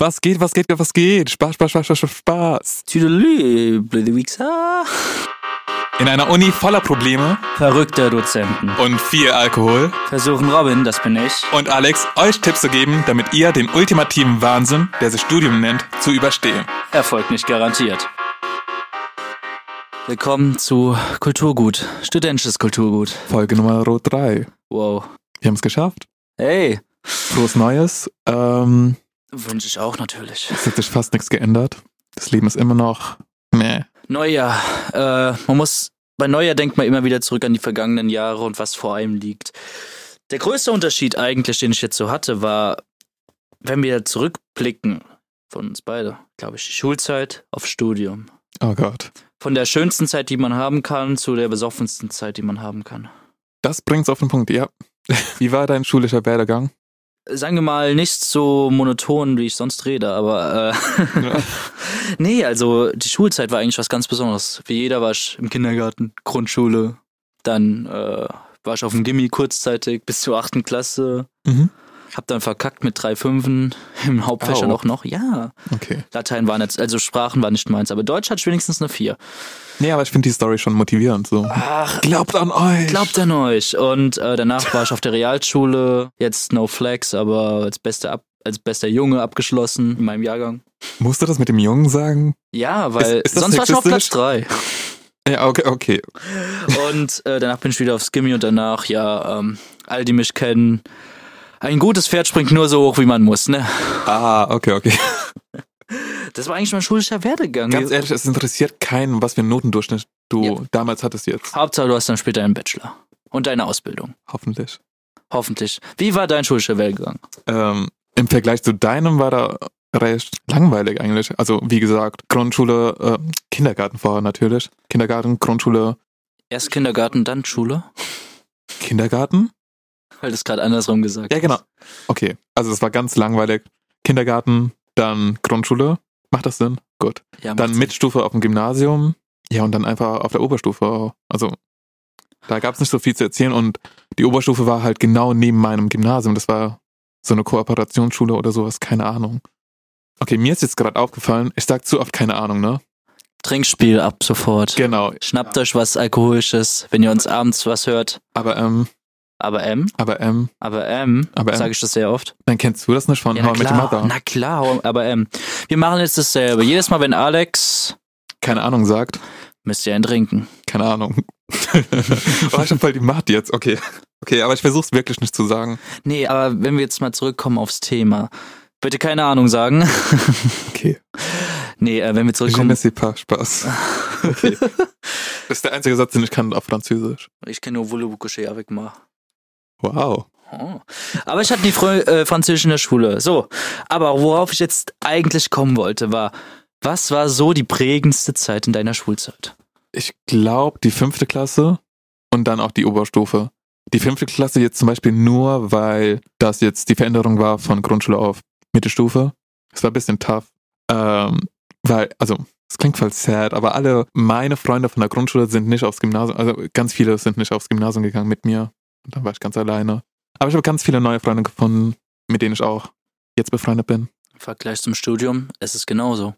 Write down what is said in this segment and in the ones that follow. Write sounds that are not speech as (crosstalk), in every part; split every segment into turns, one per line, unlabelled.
Was geht, was geht, was geht? Spaß, Spaß, Spaß, Spaß, Spaß.
Tüdelü, blöde Wichser.
In einer Uni voller Probleme
Verrückte Dozenten.
und viel Alkohol
Versuchen Robin, das bin ich.
und Alex euch Tipps zu geben, damit ihr den ultimativen Wahnsinn, der sich Studium nennt, zu überstehen.
Erfolg nicht garantiert. Willkommen zu Kulturgut. Studentisches Kulturgut.
Folge Nummer 3.
Wow.
Wir haben es geschafft.
Hey.
Frohes Neues. Ähm,
Wünsche ich auch natürlich.
es hat sich fast nichts geändert. Das Leben ist immer noch meh.
Neujahr. Äh, man muss, bei Neujahr denkt man immer wieder zurück an die vergangenen Jahre und was vor einem liegt. Der größte Unterschied eigentlich, den ich jetzt so hatte, war, wenn wir zurückblicken, von uns beide, glaube ich, die Schulzeit auf Studium.
Oh Gott.
Von der schönsten Zeit, die man haben kann, zu der besoffensten Zeit, die man haben kann.
Das bringt's auf den Punkt, (laughs) ja. Wie war dein schulischer Werdegang?
Sagen wir mal, nicht so monoton, wie ich sonst rede, aber äh,
Ja.
(laughs) nee, also die Schulzeit war eigentlich was ganz Besonderes. Wie jeder war ich im Kindergarten, Grundschule, dann äh, war ich auf dem Gimmi kurzzeitig bis zur achten Klasse,
Mhm.
hab dann verkackt mit drei Fünfen, (laughs) im Hauptfächer
Au.
auch noch, ja.
Okay.
Latein war nicht, also Sprachen war nicht meins, aber Deutsch hatte ich wenigstens eine Vier.
Nee, aber ich finde die Story schon motivierend. So.
Ach,
Glaubt an euch.
Glaubt an euch. Und äh, danach war ich auf der Realschule. Jetzt no flex, aber als bester, Ab als bester Junge abgeschlossen in meinem Jahrgang.
Musst du das mit dem Jungen sagen?
Ja, weil
Ist- ist das
sonst war ich nur auf Platz
sexistisch?
3.
Ja, okay, okay.
Und äh, danach bin ich wieder aufs Gimmi und danach, ja, ähm, all die mich kennen. Ein gutes Pferd springt nur so hoch, wie man muss, ne?
Ah, okay, okay.
Das war eigentlich mein schulischer
(laughs)
Werdegang.
Ganz ehrlich, es interessiert keinen, was für einen Notendurchschnitt du
Ja.
damals hattest jetzt.
Hauptsache, du hast dann später einen Bachelor. Und deine Ausbildung.
Hoffentlich.
Hoffentlich. Wie war dein schulischer Werdegang?
Ähm, Im Vergleich zu deinem war da recht langweilig eigentlich. Also wie gesagt, Grundschule, äh, Kindergarten vorher natürlich. Kindergarten, Grundschule,
Erst Kindergarten, dann Schule?
Kindergarten?
Weil das gerade andersrum gesagt
Ja, genau. Okay, also es war ganz langweilig. Kindergarten, dann Grundschule. Macht das Sinn? Gut.
hast. Ja,
Dann
macht's.
Mittelstufe auf dem Gymnasium. Ja, und dann einfach auf der Oberstufe. Also, da gab es nicht so viel zu erzählen. Und die Oberstufe war halt genau neben meinem Gymnasium. Das war so eine Kooperationsschule oder sowas. Keine Ahnung. Okay, mir ist jetzt gerade aufgefallen, ich sag zu oft keine Ahnung, ne?
Trinkspiel ab sofort.
Genau.
Schnappt euch was Alkoholisches, wenn ihr uns abends was hört.
Aber ähm,
Aber M,
aber ähm,
aber M,
Aber M.
sage ich das sehr oft.
dann kennst du das nicht von How I Met Your
klar,
Mother.
na klar, Hau- aber M. Wir machen jetzt dasselbe. Jedes Mal, wenn Alex,
Keine Ahnung sagt.
müsst ihr einen trinken.
Keine
(laughs)
Ahnung. oh, ich hab voll die Macht jetzt. Okay. Okay, aber ich versuch's wirklich nicht zu sagen.
Nee, aber wenn wir jetzt mal zurückkommen aufs Thema. Bitte keine Ahnung sagen. (laughs)
Okay.
Nee, äh, wenn wir
Je
zurückkommen.
ne sais pas, Spaß. (laughs) Okay. Das ist der einzige Satz, den ich kann auf Französisch.
Ich kenne nur Voulez-vous coucher avec moi.
Wow.
Oh. Aber ich hatte die Frö äh, Französisch in der Schule. So, aber worauf ich jetzt eigentlich kommen wollte, war, was war so die prägendste Zeit in deiner Schulzeit?
Ich glaube, die fünfte Klasse und dann auch die Oberstufe. Die fünfte Klasse jetzt zum Beispiel nur, weil das jetzt die Veränderung war von Grundschule auf Mittelstufe. Es war ein bisschen tough. Ähm, weil, also, es klingt voll sad, aber alle meine Freunde von der Grundschule sind nicht aufs Gymnasium, also ganz viele sind nicht aufs Gymnasium gegangen mit mir. Und dann war ich ganz alleine. Aber ich habe ganz viele neue Freunde gefunden, mit denen ich auch jetzt befreundet bin.
Im Vergleich zum Studium, es ist genauso.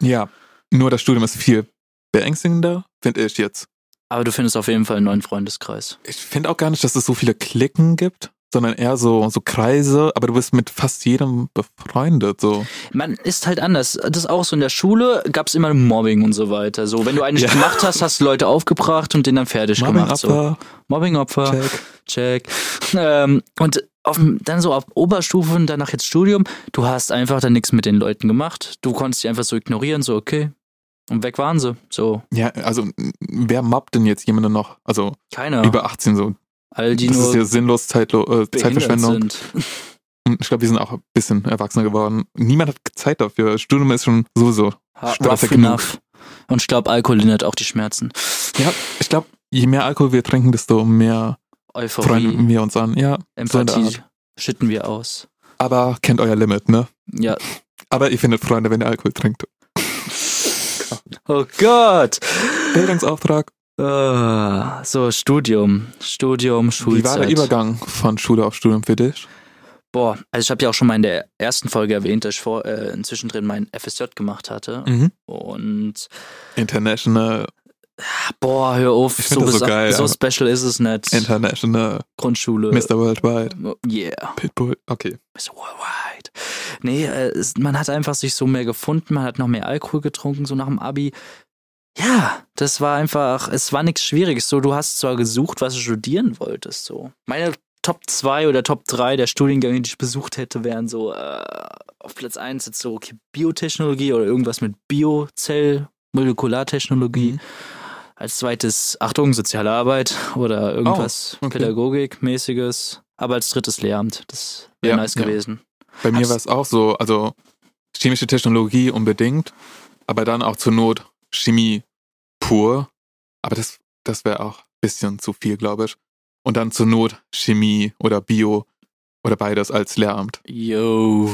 Ja, nur das Studium ist viel beängstigender, finde ich jetzt.
Aber du findest auf jeden Fall einen neuen Freundeskreis.
Ich finde auch gar nicht, dass es so viele Klicken gibt, sondern eher so, so Kreise, aber du bist mit fast jedem befreundet. So.
Man ist halt anders. Das ist auch so. In der Schule gab es immer Mobbing und so weiter. So, wenn du einen nicht
(laughs) Ja.
gemacht hast, hast du Leute aufgebracht und den dann fertig gemacht. So.
Mobbing-Opfer,
Mobbingopfer.
check.
check. Ähm, und auf, dem- dann so auf Oberstufe und danach jetzt Studium, du hast einfach dann nichts mit den Leuten gemacht. Du konntest die einfach so ignorieren, so okay. Und weg waren sie. So,
Ja, also m, wer mobbt denn jetzt jemanden noch? Also
keiner.
über 18 so.
All die
das ist
nur
ja sinnlos, zeitlo äh,
behindert
Zeitverschwendung.
sind.
Und Ich glaube, wir sind auch ein bisschen erwachsener geworden. Niemand hat Zeit dafür. Studium ist schon sowieso.
Ha-
Strafe
Rough
genug.
enough. Und ich glaube, Alkohol lindert auch die Schmerzen.
Ja, ich glaube, je mehr Alkohol wir trinken, desto mehr
Euphorie,
freuen wir uns an. Ja, mm, so in der
Empathie schütten wir aus.
aber kennt euer Limit, ne? (laughs)
Ja.
Aber ihr findet Freunde, wenn ihr Alkohol trinkt.
Oh Gott.
Bildungsauftrag.
Ah, so, Studium. Studium,
Wie war
Schulzeit.
der Übergang von Schule auf Studium für dich?
boah, also ich habe ja auch schon mal in der ersten Folge erwähnt, dass ich vor, äh, inzwischen drin mein FSJ gemacht hatte.
Mhm.
Und ah,
International,
boah, hör auf,
Ich
so,
find das so
besa-
geil,
so
ja.
special ist es nicht.
International,
Grundschule. Oh,
Mr. Worldwide,
Yeah.
Pitbull. Okay.
Mr. Worldwide. Nee, äh, es, man hat einfach sich so mehr gefunden, man hat noch mehr Alkohol getrunken, so nach dem Abi. Ja, das war einfach, es war nichts Schwieriges. So, du hast zwar gesucht, was du studieren wolltest, so. Meine Top 2 oder Top 3 der Studiengänge, die ich besucht hätte, wären so, äh, auf Platz 1 jetzt so okay, Biotechnologie oder irgendwas mit Biozell,
Mhm.
Molekulartechnologie. Als zweites, Achtung, soziale Arbeit oder irgendwas
Oh, okay.
Pädagogikmäßiges. Aber als drittes Lehramt. Das
Ja,
wäre nice
ja.
gewesen.
Bei mir
Hab's-
war es auch so, also chemische Technologie unbedingt, aber dann auch zur Not Chemie pur. Aber das, das wäre auch ein bisschen zu viel, glaube ich. Und dann zur Not Chemie oder Bio oder beides als Lehramt.
Yo.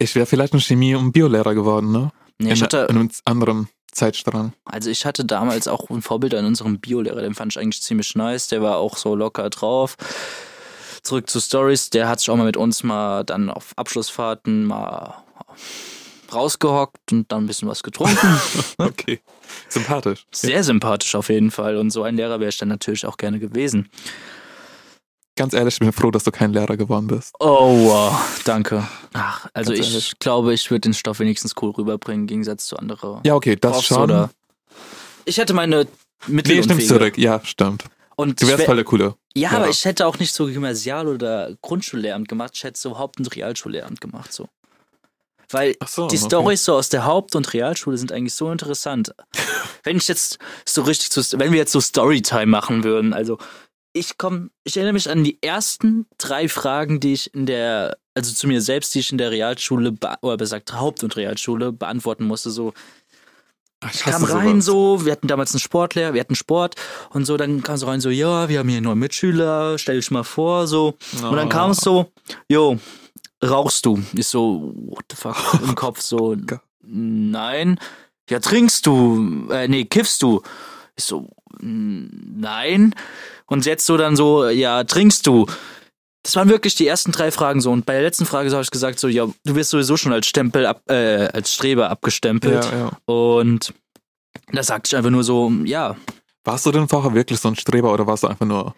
Ich wäre vielleicht ein Chemie- und Biolehrer geworden, ne?
Nee, ich
in,
hatte,
in einem anderen Zeitstrang.
also ich hatte damals auch ein Vorbild an unserem Biolehrer, den fand ich eigentlich ziemlich nice, der war auch so locker drauf. Zurück zu Stories, der hat sich auch mal mit uns mal dann auf Abschlussfahrten mal rausgehockt und dann ein bisschen
(laughs)
was getrunken.
(laughs) Okay. Sympathisch.
Sehr sympathisch auf jeden Fall und so ein Lehrer wäre ich dann natürlich auch gerne gewesen.
Ganz ehrlich, ich bin froh, dass du kein Lehrer geworden bist.
Oh, wow, danke. Ach, also
Ganz
ich
ehrlich.
glaube, ich würde den Stoff wenigstens cool rüberbringen, im Gegensatz zu anderen.
Ja, okay, das
Profs
schon.
oder- Ich hätte meine Mittel
nee,
und
stimmt's
Wege.
zurück. Ja, stimmt.
Und
Du
ich
wärst
wär-
voll der Coole. Ja.
Ja, aber ich hätte auch nicht so Gymnasial- oder Grundschullehramt gemacht. Ich hätte so Haupt- und Realschullehramt gemacht. So. Weil
Ach so.
die
Oh, okay.
Storys so aus der Haupt- und Realschule sind eigentlich so
(laughs)
interessant. wenn ich jetzt so richtig zu, wenn wir jetzt so Storytime machen würden, also ich komme, ich erinnere mich an die ersten drei Fragen, die ich in der, also zu mir selbst, die ich in der Realschule, bea- oder besser gesagt Haupt- und Realschule beantworten musste, so
Ach, Ah, ich
kam
hasse
rein
sowas.
so, wir hatten damals einen Sportlehrer, wir hatten Sport und so, dann kam so rein so, ja, wir haben hier einen neuen Mitschüler, stell dich mal vor, so.
Oh.
Und dann kam es so, jo, rauchst du? Ich so, what the fuck,
(laughs)
im Kopf so,
Gott.
nein. Ja, trinkst du? Äh, nee, kiffst du? Ich so, "Mm, nein. Und jetzt so dann so, ja, trinkst du? Das waren wirklich die ersten drei Fragen so. Und bei der letzten Frage so habe ich gesagt, so, ja, du wirst sowieso schon als Stempel, ab, äh, als Streber abgestempelt.
Ja, ja.
Und da sagte ich einfach nur so, ja.
Warst du denn vorher wirklich so ein Streber oder warst du einfach nur.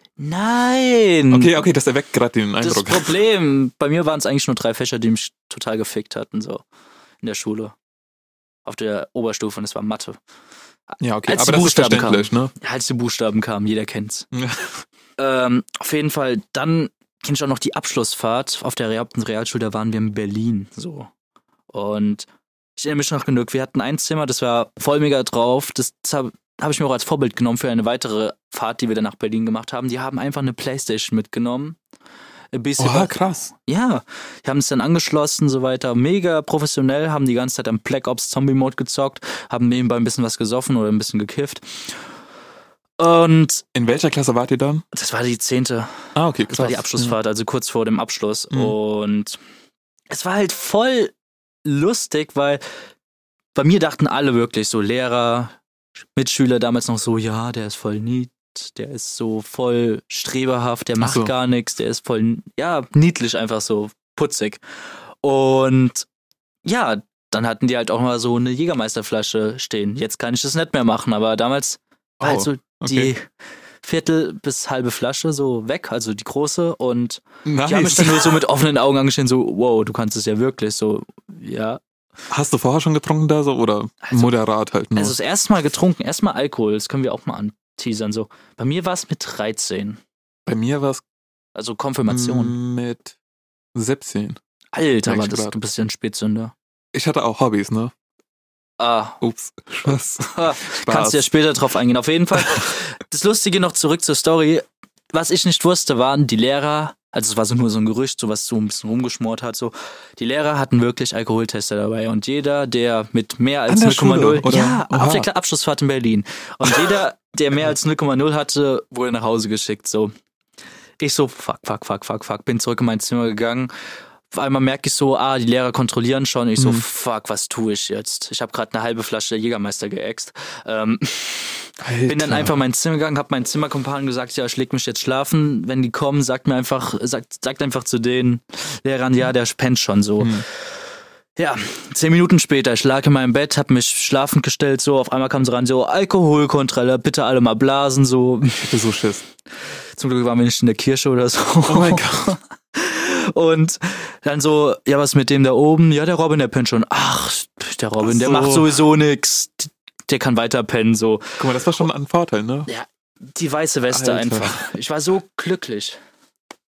Nein!
Okay, okay, das erweckt gerade den
das
Eindruck.
Problem. Bei mir waren es eigentlich nur drei Fächer, die mich total gefickt hatten, so in der Schule. Auf der Oberstufe und es war Mathe.
Ja, okay,
Als
aber
die
das ist
Buchstaben
verständlich, ne?
Als die Buchstaben kamen, jeder kennt's.
Ja.
ähm, auf jeden Fall, dann kenn ich auch noch die Abschlussfahrt auf der Real- Realschule, da waren wir in Berlin, so. Und ich erinnere mich noch genug, wir hatten ein Zimmer, das war voll mega drauf, das, das habe hab ich mir auch als Vorbild genommen für eine weitere Fahrt, die wir dann nach Berlin gemacht haben. Die haben einfach eine Playstation mitgenommen. Ein bisschen
Oha,
was-
krass.
ja, die haben es dann angeschlossen, so weiter. Mega professionell, haben die ganze Zeit am Black Ops Zombie Mode gezockt, haben nebenbei ein bisschen was gesoffen oder ein bisschen gekifft. Und
In welcher Klasse wart ihr dann?
das war die zehnte,
Ah, okay, krass.
das war die Abschlussfahrt, also kurz vor dem Abschluss.
Mhm.
Und es war halt voll lustig, weil bei mir dachten alle wirklich so Lehrer, Mitschüler damals noch so, ja, der ist voll nied, der ist so voll streberhaft, der
Ach
macht
so.
gar nichts, der ist voll, ja, niedlich einfach so, putzig. Und ja, dann hatten die halt auch mal so eine Jägermeisterflasche stehen. Jetzt kann ich das nicht mehr machen, aber damals war halt
Oh,
so
okay.
die Viertel bis halbe Flasche so weg, also die große und
Ja. Nice.
die haben mich dann nur so mit offenen Augen angeschrien, so, wow, du kannst es ja wirklich, so, ja,
(laughs) Hast du vorher schon getrunken da so oder
Also-
moderat halt nur?
Also das erste Mal getrunken, erstmal Alkohol, das können wir auch mal anteasern. So. Bei mir war es mit 13.
Bei mir war es
Also
Hm.
Konfirmation.
mit 17.
Alter, war
Echt
das,
grad.
du bist ja ein Spätzünder.
Ich hatte auch Hobbys, ne?
Ah,
Ups. (laughs) Spaß.
Ha, kannst du ja später drauf eingehen. Auf jeden
(laughs)
Fall. das Lustige noch zurück zur Story. Was ich nicht wusste, waren die Lehrer, also es war so nur so ein Gerücht, so was so ein bisschen rumgeschmort hat, so. Die Lehrer hatten wirklich Alkoholtester dabei und jeder, der mit mehr als
An der Schule,
0,0,
oder?
ja,
Oha.
auf der Kla- Abschlussfahrt in Berlin. Und
(laughs)
jeder, der mehr als 0,0 hatte, wurde nach Hause geschickt, so. Ich so, fuck, fuck, fuck, fuck, fuck, bin zurück in mein Zimmer gegangen, Auf einmal merke ich so, ah, die Lehrer kontrollieren schon. Ich so,
Mhm.
fuck, was tue ich jetzt? Ich habe gerade eine halbe Flasche Jägermeister geäxt. Ähm, bin dann einfach in mein Zimmer gegangen, habe meinen Zimmerkumpanen gesagt, ja, ich leg mich jetzt schlafen. Wenn die kommen, sagt mir einfach, sagt, sagt einfach zu den Lehrern, ja, der pennt schon so.
Mhm.
Ja, zehn Minuten später, ich lag in meinem Bett, hab mich schlafend gestellt, so, auf einmal kam sie ran, so, Alkoholkontrolle, bitte alle mal blasen, so.
Ich hätte so Schiss.
Zum Glück waren wir nicht in der Kirche oder so.
Oh (laughs) mein Gott.
(laughs) Und dann so, ja, was mit dem da oben? Ja, der Robin, der pennt schon. Ach, der Robin,
Ach
der
so.
macht sowieso nix. Der kann weiter pennen, so.
Guck mal, das war schon ein Vorteil, ne?
Die weiße Weste
Alter.
einfach. Ich war so glücklich.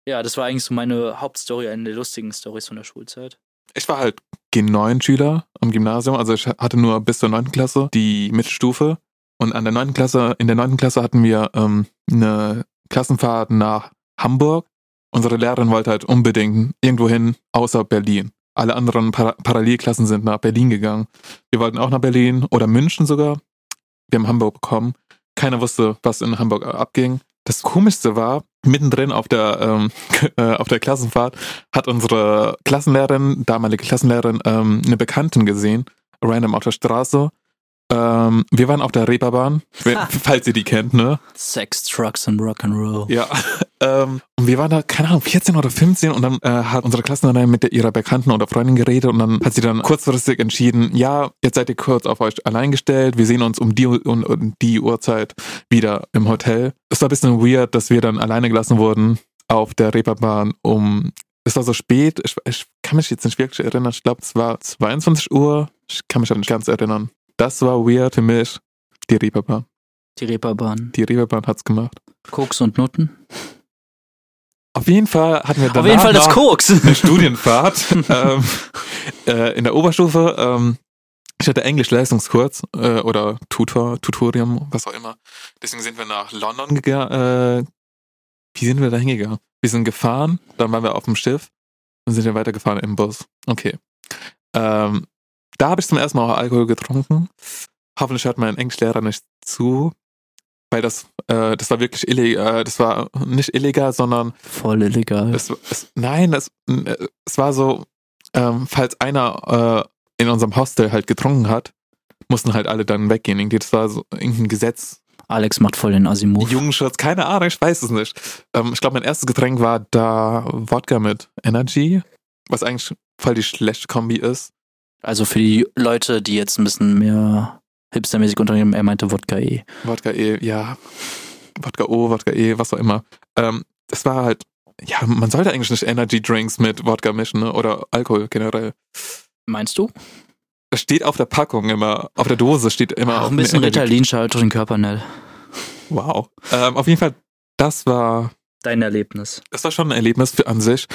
Ja, das war eigentlich so meine Hauptstory, eine der lustigen Stories von der Schulzeit.
Ich war halt G9-Schüler am Gymnasium, also ich hatte nur bis zur 9. Klasse die Mittelstufe. Und an der 9. Klasse, in der 9. Klasse hatten wir ähm, eine Klassenfahrt nach Hamburg. Unsere Lehrerin wollte halt unbedingt irgendwo hin, außer Berlin. Alle anderen Par Parallelklassen sind nach Berlin gegangen. Wir wollten auch nach Berlin oder München sogar. Wir haben Hamburg bekommen. Keiner wusste, was in Hamburg abging. Das Komischste war, mittendrin auf der, ähm, (laughs) äh, auf der Klassenfahrt hat unsere Klassenlehrerin, damalige Klassenlehrerin, ähm, eine Bekannten gesehen, random auf der Straße. Ähm, wir waren auf der Reeperbahn, wenn, falls ihr die kennt, ne?
Sex, Trucks and Rock'n'Roll.
Ja. (laughs) Ähm, und wir waren da, keine Ahnung, 14 oder 15 und dann äh, hat unsere Klassenlehrerin mit der, ihrer Bekannten oder Freundin geredet und dann hat sie dann kurzfristig entschieden, ja, jetzt seid ihr kurz auf euch allein gestellt, wir sehen uns um die, Uhr- um, um die Uhrzeit wieder im Hotel. Es war ein bisschen weird, dass wir dann alleine gelassen wurden auf der Reeperbahn um, es war so spät, ich, ich kann mich jetzt nicht wirklich erinnern, ich glaube es war 22 Uhr, ich kann mich aber nicht ganz erinnern. Das war weird für mich, die Reeperbahn.
Die Reeperbahn.
Die Reeperbahn hat's gemacht.
Koks und Nutten.
Auf jeden Fall hatten wir danach
Auf jeden Fall das
noch- (laughs)
Koks.
eine Studienfahrt ähm, äh, in der Oberstufe. Ähm, ich hatte Englisch-Leistungskurs äh, oder Tutor, Tutorium, was auch immer. Deswegen sind wir nach London gegangen. Äh, wie sind wir da hingegangen? Wir sind gefahren, dann waren wir auf dem Schiff und sind dann weitergefahren im Bus. Okay. Ähm, da habe ich zum ersten Mal auch Alkohol getrunken. Hoffentlich hört mein Englischlehrer nicht zu, weil das, äh, das war wirklich illegal. Das war nicht illegal, sondern
Voll illegal.
es, es, nein, es, äh, es war so, ähm, falls einer äh, in unserem Hostel halt getrunken hat, mussten halt alle dann weggehen. Irgendwie, das war so irgendein Gesetz.
Alex macht voll den Asimov.
Jungenschutz, keine Ahnung, ich weiß es nicht. Ähm, ich glaube, mein erstes Getränk war da Wodka mit Energy, was eigentlich voll die schlechte Kombi ist.
Also für die Leute, die jetzt ein bisschen mehr hipstermäßig unternehmen, er meinte Wodka eh.
Wodka E, ja. Wodka O, Wodka E, was auch immer. Ähm, es war halt, ja, man sollte eigentlich nicht Energy Drinks mit Wodka mischen, ne? Oder Alkohol generell.
Meinst du?
Das steht auf der Packung immer, auf der Dose steht immer
Auch
auf
ein bisschen
eine Energy-
Ritalin schadet den Körper schnell.
Wow. Ähm, auf jeden Fall, das war,
Dein Erlebnis.
das war schon ein Erlebnis für an sich.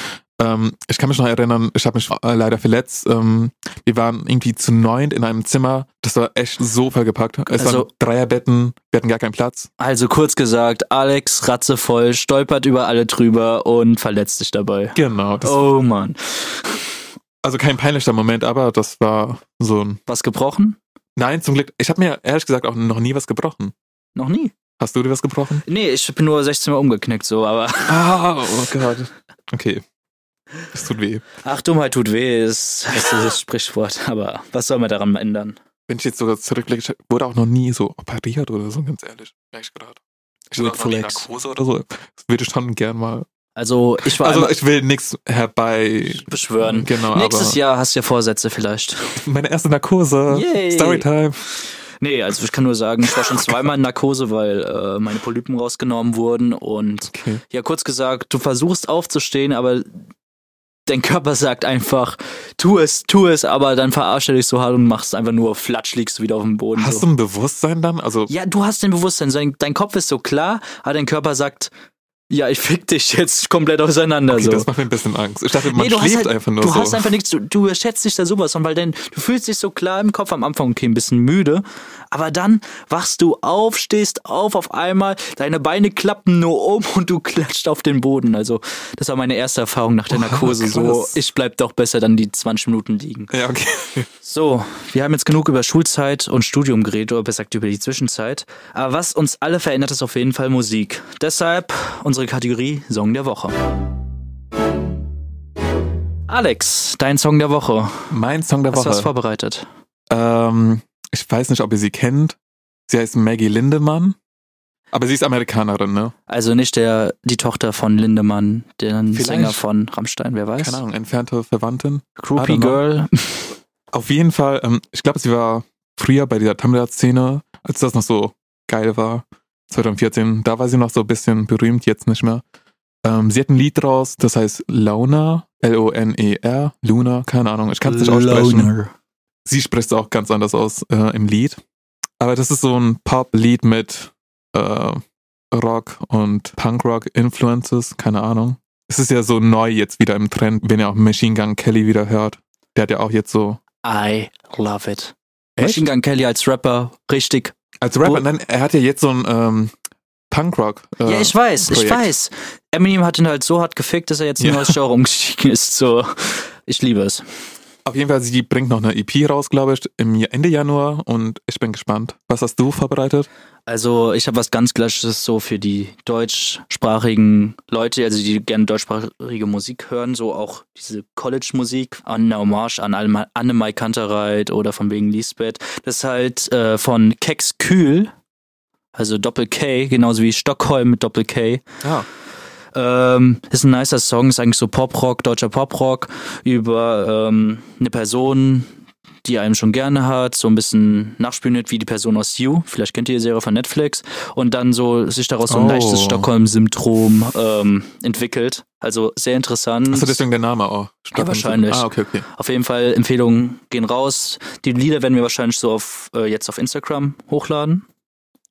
Ähm, ich kann mich noch erinnern, ich habe mich äh, leider verletzt. Ähm, wir waren irgendwie zu neunt in einem Zimmer. Das war echt so vollgepackt. Es
Also-
waren Dreierbetten, wir hatten gar keinen Platz.
Also kurz gesagt, Alex ratzevoll, stolpert über alle drüber und verletzt sich dabei.
Genau. Das,
Oh Mann.
Also kein peinlicher Moment, aber das war so ein.
Was gebrochen?
Nein, zum Glück. Ich habe mir ehrlich gesagt auch noch nie was gebrochen.
Noch nie.
Hast du dir was gebrochen?
Nee, ich bin nur 16 Mal umgeknickt, so, aber (laughs)
Ah, oh Gott. Okay. Es tut weh.
ach, Dummheit tut weh, ist heißt dieses Sprichwort. Aber was soll man daran ändern?
wenn ich jetzt sogar zurückblicke, ich wurde auch noch nie so operiert oder so, ganz ehrlich. Merke ich gerade. Ich hatte
Weird
auch noch nie
flex.
Narkose oder so. Das würde ich schon gern mal.
Also, ich war
Also
einmal
ich will nichts herbei.
beschwören.
Genau,
Nächstes
aber
Jahr hast du ja Vorsätze vielleicht.
meine erste Narkose.
Yay.
Storytime.
Nee, also ich kann nur sagen, ich war schon zweimal in Narkose, weil äh, meine Polypen rausgenommen wurden. Und
Okay.
ja, kurz gesagt, du versuchst aufzustehen, aber dein Körper sagt einfach, tu es, tu es, aber dann verarscht er dich so hart und machst einfach nur flatsch, liegst du wieder auf dem Boden.
Hast
so.
du ein Bewusstsein dann? Also
Ja, du hast den Bewusstsein, sein- dein Kopf ist so klar, aber dein Körper sagt, ja, ich fick dich jetzt komplett auseinander.
okay,
so.
das macht mir ein bisschen Angst. Ich dachte, man
also- Nee, du hast
schläft
halt-
einfach nur
du
so.
hast einfach nichts, du, du schätzt dich da sowas von, weil denn du fühlst dich so klar im Kopf am Anfang, okay, ein bisschen müde, aber dann wachst du auf, stehst auf auf einmal, deine Beine klappen nur um und du klatscht auf den Boden. Also, das war meine erste Erfahrung nach der
Boah,
Narkose. So,
krass.
ich bleib doch besser dann die 20 Minuten liegen.
ja, okay.
(laughs) So, wir haben jetzt genug über Schulzeit und Studium geredet, oder besser gesagt über die Zwischenzeit. Aber was uns alle verändert, ist auf jeden Fall Musik. Deshalb unsere Kategorie Song der Woche. Alex, dein Song der Woche.
Mein Song der
Hast du was
Woche.
vorbereitet?
Ähm, ich weiß nicht, ob ihr sie kennt. Sie heißt Maggie Lindemann. Aber sie ist Amerikanerin, ne?
Also nicht der, die Tochter von Lindemann, der
Vielleicht.
Sänger von Rammstein, wer weiß.
Keine Ahnung, entfernte Verwandten. I
Groupie
don't know.
Girl.
Auf jeden Fall, ähm, ich glaube, sie war früher bei dieser Tumblr-Szene, als das noch so geil war, 2014. Da war sie noch so ein bisschen berühmt, jetzt nicht mehr. Ähm, sie hat ein Lied raus, das heißt Lona, L-O-N-E-R, E Luna, keine Ahnung, ich kann es nicht aussprechen. Sie spricht es auch ganz anders aus äh, im Lied. Aber das ist so ein Pop-Lied mit äh, Rock und Punk-Rock-Influences, keine Ahnung. Es ist ja so neu jetzt wieder im Trend, wenn ihr auch Machine Gun Kelly wieder hört. Der hat ja auch jetzt so
I love it. Machine Gun Kelly als Rapper, richtig.
Als Rapper,
Wo-
nein, er hat ja jetzt so ein ähm, Punkrock. Äh,
ja, ich weiß, ich
Projekt.
weiß. Eminem hat ihn halt so hart gefickt, dass er jetzt ein
Ja.
neues Genre umgestiegen ist. So, ich liebe es.
auf jeden Fall, sie bringt noch eine EP raus, glaube ich, im Ja- Ende Januar und ich bin gespannt. Was hast du vorbereitet?
Also ich habe was ganz Klassisches so für die deutschsprachigen Leute, also die gerne deutschsprachige Musik hören, so auch diese College-Musik, an eine Hommage an Allem- Annemai Kantereit oder von wegen Lisbeth. Das ist halt äh, von Kex Kühl, also Doppel-K, genauso wie Stockholm mit Doppel-K.
Ah,
Ähm, ist ein nicer Song, ist eigentlich so Poprock, deutscher Poprock, über ähm, eine Person, die einem schon gerne hat, so ein bisschen nachspürt, wie die Person aus You, vielleicht kennt ihr die Serie von Netflix, und dann so sich daraus so ein
Oh.
leichtes Stockholm-Syndrom ähm, entwickelt. Also sehr interessant.
also deswegen der Name auch.
Ja, wahrscheinlich.
Ah, okay, okay.
Auf jeden Fall Empfehlungen gehen raus. Die Lieder werden wir wahrscheinlich so auf äh, jetzt auf Instagram hochladen.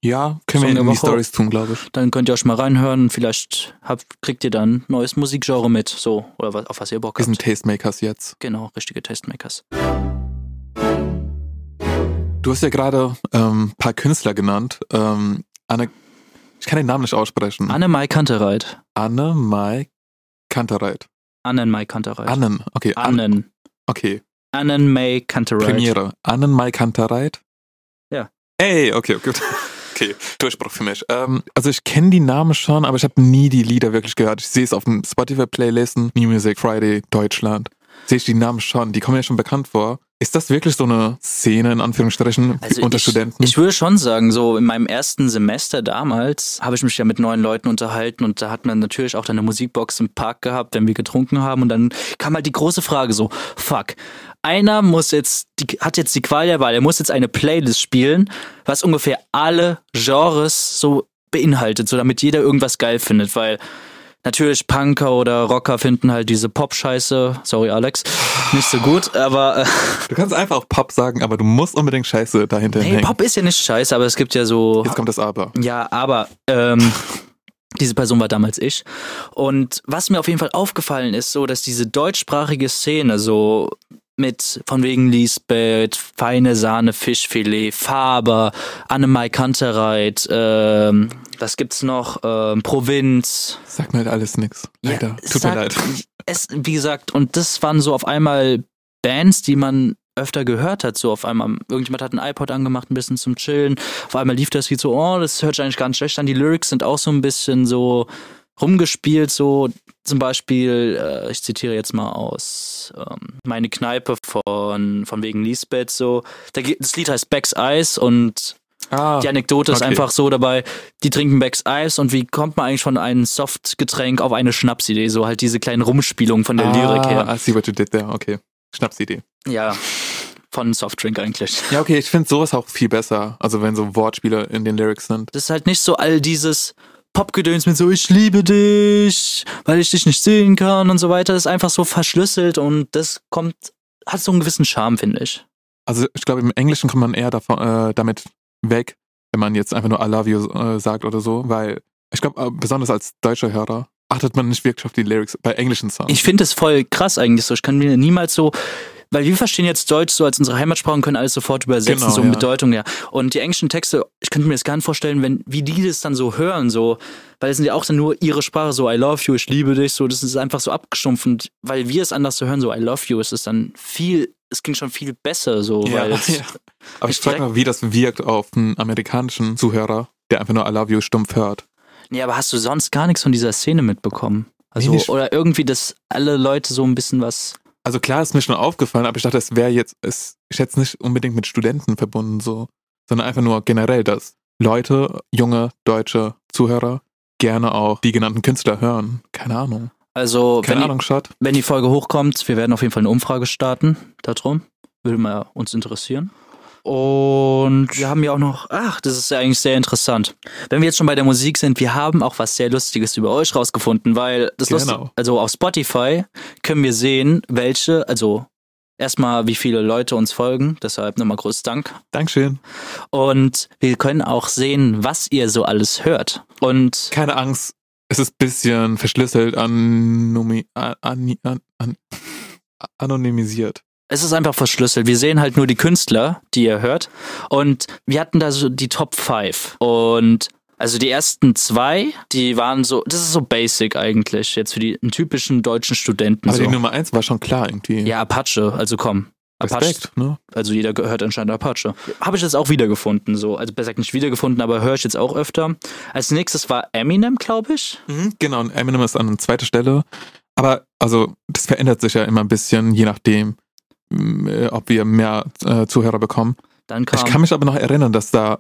Ja, können wir
Song der
in die
Woche.
Stories tun, glaube ich.
Dann könnt ihr euch mal reinhören. Vielleicht habt, kriegt ihr dann neues Musikgenre mit, so oder was, auf was ihr Bock
Wir
habt.
sind Tastemakers jetzt.
Genau, richtige Tastemakers.
Du hast ja gerade ähm, ein paar Künstler genannt. Ähm, Anne, ich kann den Namen nicht aussprechen.
Anne Mai Kantereit.
Anne Mai Kantereit.
Annen Mai Kantereit.
Annen, okay. An-
Annen.
Okay,
Annen Mai Kantereit.
Premiere. Annen Mai Kantereit?
Ja.
Ey, okay, gut. (laughs) Okay, Durchbruch für mich. Ähm, also ich kenne die Namen schon, aber ich habe nie die Lieder wirklich gehört. Ich sehe es auf den Spotify-Playlisten, New Music Friday, Deutschland. Sehe ich die Namen schon, die kommen mir schon bekannt vor. Ist das wirklich so eine Szene, in Anführungsstrichen,
Also
unter
ich,
Studenten?
Ich würde schon sagen, so in meinem ersten Semester damals habe ich mich ja mit neuen Leuten unterhalten und da hat man natürlich auch dann eine Musikbox im Park gehabt, wenn wir getrunken haben und dann kam halt die große Frage so, fuck, einer muss jetzt, die, hat jetzt die Qual der Wahl, er muss jetzt eine Playlist spielen, was ungefähr alle Genres so beinhaltet, so damit jeder irgendwas geil findet, weil Natürlich, Punker oder Rocker finden halt diese Pop-Scheiße, sorry Alex, nicht so gut, aber äh,
du kannst einfach auch Pop sagen, aber du musst unbedingt Scheiße dahinter
hey,
hängen.
Pop ist ja nicht scheiße, aber es gibt ja so
Jetzt kommt das Aber.
Ja, aber ähm, diese Person war damals ich. Und was mir auf jeden Fall aufgefallen ist, so, dass diese deutschsprachige Szene so mit von wegen Lisbeth, feine Sahne, Fischfilet, Faber, Annemai Kantereit, ähm, was gibt's noch? Ähm, Provinz.
Sag mir halt alles nix.
Ja,
Leider.
es
Tut mir leid.
sagt- (laughs) Es, wie gesagt, und das waren so auf einmal Bands, die man öfter gehört hat, so auf einmal, irgendjemand hat einen iPod angemacht, ein bisschen zum Chillen, auf einmal lief das Lied so, oh, das hört sich eigentlich ganz schlecht an, die Lyrics sind auch so ein bisschen so rumgespielt, so zum Beispiel, äh, ich zitiere jetzt mal aus ähm, meine Kneipe von, von wegen Lisbeth, so, da, geht- das Lied heißt Beck's Eis und
Ah,
die Anekdote ist
Okay.
einfach so dabei, die trinken Becks Eis und wie kommt man eigentlich von einem Softgetränk auf eine Schnapsidee? So halt diese kleinen Rumspielungen von der
Ah.
Lyrik her.
I see what you did there. Okay. Schnapsidee.
Ja, von Softdrink eigentlich.
Ja, okay, ich finde sowas auch viel besser. Also wenn so Wortspiele in den Lyrics sind.
Das ist halt nicht so all dieses Popgedöns mit so, ich liebe dich, weil ich dich nicht sehen kann und so weiter. Das ist einfach so verschlüsselt und das kommt, hat so einen gewissen Charme, finde ich.
Also ich glaube, im Englischen kommt man eher davon, äh, damit weg, wenn man jetzt einfach nur I love you äh, sagt oder so, weil ich glaube, äh, besonders als deutscher Hörer achtet man nicht wirklich auf die Lyrics bei englischen Songs.
Ich finde das voll krass eigentlich so. Ich kann mir niemals so, weil wir verstehen jetzt Deutsch so als unsere Heimatsprache und können alles sofort übersetzen,
Genau,
so in
ja.
Bedeutung, ja. Und die englischen Texte, ich könnte mir das gar nicht vorstellen, wenn, wie die das dann so hören, so, weil es sind ja auch dann nur ihre Sprache, so I love you, ich liebe dich, so, das ist einfach so abgestumpft. Und weil wir es anders so hören, so I love you, ist es dann viel, es klingt schon viel besser, so,
ja,
weil (laughs)
(laughs)
es,
ja. Aber ich
ich
frage
direkt-
mal, wie das wirkt auf einen amerikanischen Zuhörer, der einfach nur I love you stumpf hört.
Nee, aber hast du sonst gar nichts von dieser Szene mitbekommen? Also,
Nee, nicht-
oder irgendwie, dass alle Leute so ein bisschen was
Also klar ist mir schon aufgefallen, aber ich dachte, es wäre jetzt, es ist jetzt nicht unbedingt mit Studenten verbunden so, sondern einfach nur generell, dass Leute, junge deutsche Zuhörer gerne auch die genannten Künstler hören. Keine Ahnung.
Also,
Keine
wenn,
Ahnung, Schat.
Die, wenn die Folge hochkommt, wir werden auf jeden Fall eine Umfrage starten darum. Würde mal uns interessieren. Und wir haben ja auch noch, ach, das ist ja eigentlich sehr interessant. Wenn wir jetzt schon bei der Musik sind, wir haben auch was sehr Lustiges über euch rausgefunden, weil das
Genau.
Lustige, also auf Spotify können wir sehen, welche, also erstmal wie viele Leute uns folgen, deshalb nochmal groß Dank
Dankeschön.
und wir können auch sehen, was ihr so alles hört. Und
Keine Angst, es ist ein bisschen verschlüsselt, anomi, an, an, an, an, anonymisiert.
es ist einfach verschlüsselt. Wir sehen halt nur die Künstler, die ihr hört. Und wir hatten da so die Top 5. Und also die ersten zwei, die waren so, das ist so basic eigentlich, jetzt für die einen typischen deutschen Studenten.
Aber
So.
die Nummer eins war schon klar irgendwie.
ja, Apache, also komm. Apache,
Respekt, ne?
also jeder hört anscheinend Apache. Habe ich jetzt auch wiedergefunden, so. Also besser gesagt nicht wiedergefunden, aber höre ich jetzt auch öfter. Als nächstes war Eminem, glaube ich.
Mhm, genau, und Eminem ist an zweiter Stelle. Aber also, das verändert sich ja immer ein bisschen, je nachdem, m, äh, ob wir mehr äh, Zuhörer bekommen.
Dann kam
Ich kann mich aber noch erinnern, dass da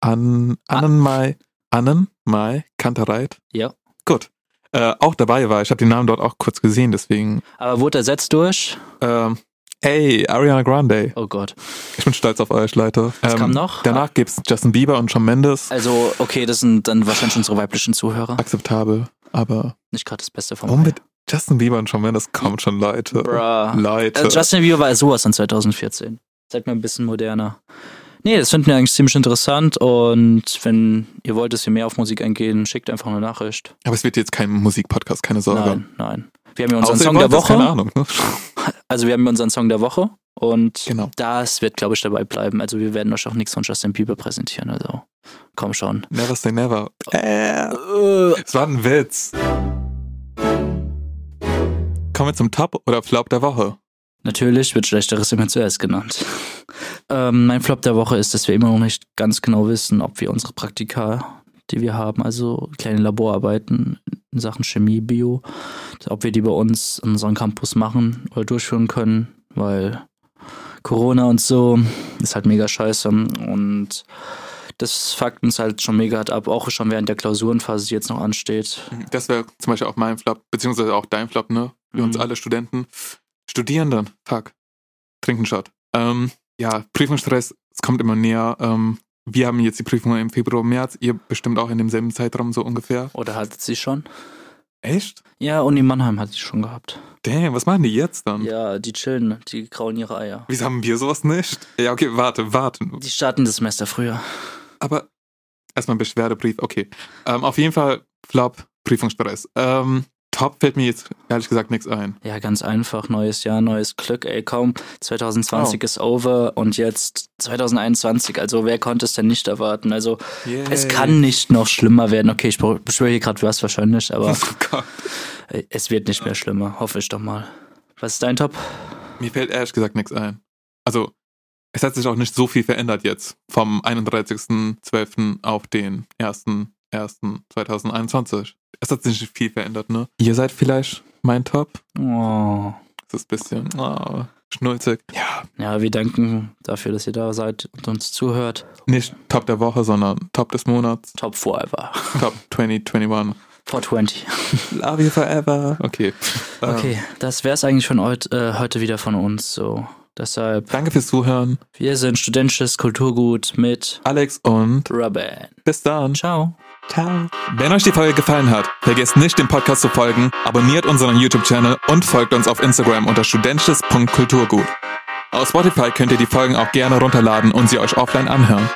an, Annen Mai, Annen Mai Kantereit.
Ah. Ja.
Gut. Äh, auch dabei war. Ich habe den Namen dort auch kurz gesehen, deswegen.
Aber wurde ersetzt durch?
Ähm, ey, Ariana Grande.
Oh Gott.
Ich bin stolz auf euch, Leute.
Was kam noch?
Ähm, Danach gibt's Justin Bieber und Shawn Mendes.
Also, okay, das sind dann wahrscheinlich unsere weiblichen Zuhörer.
Akzeptabel, aber
Nicht gerade das Beste vom
warum mit Justin Bieber und Shawn Mendes kommt schon, Leute?
Bruh.
Leute.
Also Justin Bieber war sowas in 2014. Seid mal ein bisschen moderner. Nee, das finden wir eigentlich ziemlich interessant und wenn ihr wollt, dass wir mehr auf Musik eingehen, schickt einfach eine Nachricht.
aber es wird jetzt kein Musikpodcast, keine Sorge.
Nein, nein. Wir haben ja unseren
Außer ihr
Song
wollt
der
es, Keine
Woche.
Ahnung. Ne? (laughs)
Also wir haben ja unseren Song der Woche und
Genau.
das wird, glaube ich, dabei bleiben. Also wir werden euch auch nichts von Justin Bieber präsentieren. Also komm schon.
Never say never. Äh.
Äh,
Es war ein Witz. Kommen wir zum Top oder Flop der Woche.
Natürlich wird Schlechteres immer zuerst genannt. (laughs) ähm, mein Flop der Woche ist, dass wir immer noch nicht ganz genau wissen, ob wir unsere Praktika, die wir haben, also kleine Laborarbeiten in Sachen Chemie, Bio, ob wir die bei uns in unserem Campus machen oder durchführen können, weil Corona und so ist halt mega scheiße und das fuckt uns halt schon mega hart ab, auch schon während der Klausurenphase, die jetzt noch ansteht.
Das wäre zum Beispiel auch mein Flop, beziehungsweise auch dein Flop, ne? Für uns
Mhm.
alle Studenten. Studierenden, fuck. Trinken Shot. Ähm, ja, Prüfungsstress, es kommt immer näher. Ähm, wir haben jetzt die Prüfungen im Februar, März, ihr bestimmt auch in demselben Zeitraum so ungefähr.
Oder hattet sie schon?
Echt?
Ja, Uni Mannheim hat sie schon gehabt.
Damn, was machen die jetzt dann?
Ja, die chillen, die grauen ihre Eier.
Wieso haben wir sowas nicht? Ja, okay, warte, warte.
Die starten das Semester früher.
Aber erstmal Beschwerdebrief, okay. Ähm, auf jeden Fall Flop, Prüfungsstress. Ähm, top fällt mir jetzt ehrlich gesagt nichts ein.
Ja, ganz einfach. Neues Jahr, neues Glück. Ey, kaum 2020 ist over und jetzt 2021. Also, wer konnte es denn nicht erwarten? Also, es kann nicht noch schlimmer werden. Okay, ich be- beschwöre hier gerade was wahrscheinlich,
(laughs) (laughs)
aber
Oh Gott.
äh, es wird nicht mehr schlimmer. Hoffe ich doch mal. Was ist dein Top?
Mir fällt ehrlich gesagt nichts ein. Also, es hat sich auch nicht so viel verändert jetzt. Vom 31.12. auf den 1.1.2021. Es hat sich nicht viel verändert, ne? Ihr seid vielleicht mein Top.
Oh.
Das ist ein bisschen oh, schnulzig. Ja,
Ja, wir danken dafür, dass ihr da seid und uns zuhört.
nicht Top der Woche, sondern Top des Monats.
Top forever. (laughs)
Top 2021.
420.
Love you forever. Okay. Ähm,
Okay, das wär's eigentlich von heut, äh, heute wieder von uns. So, deshalb,
danke fürs Zuhören,
wir sind studentisches Kulturgut mit
Alex und
Robin.
bis dann.
Ciao.
Ciao. Wenn euch die Folge gefallen hat, vergesst nicht, dem Podcast zu folgen, abonniert unseren YouTube-Channel und folgt uns auf Instagram unter studentisches.kulturgut. Auf Spotify könnt ihr die Folgen auch gerne runterladen und sie euch offline anhören.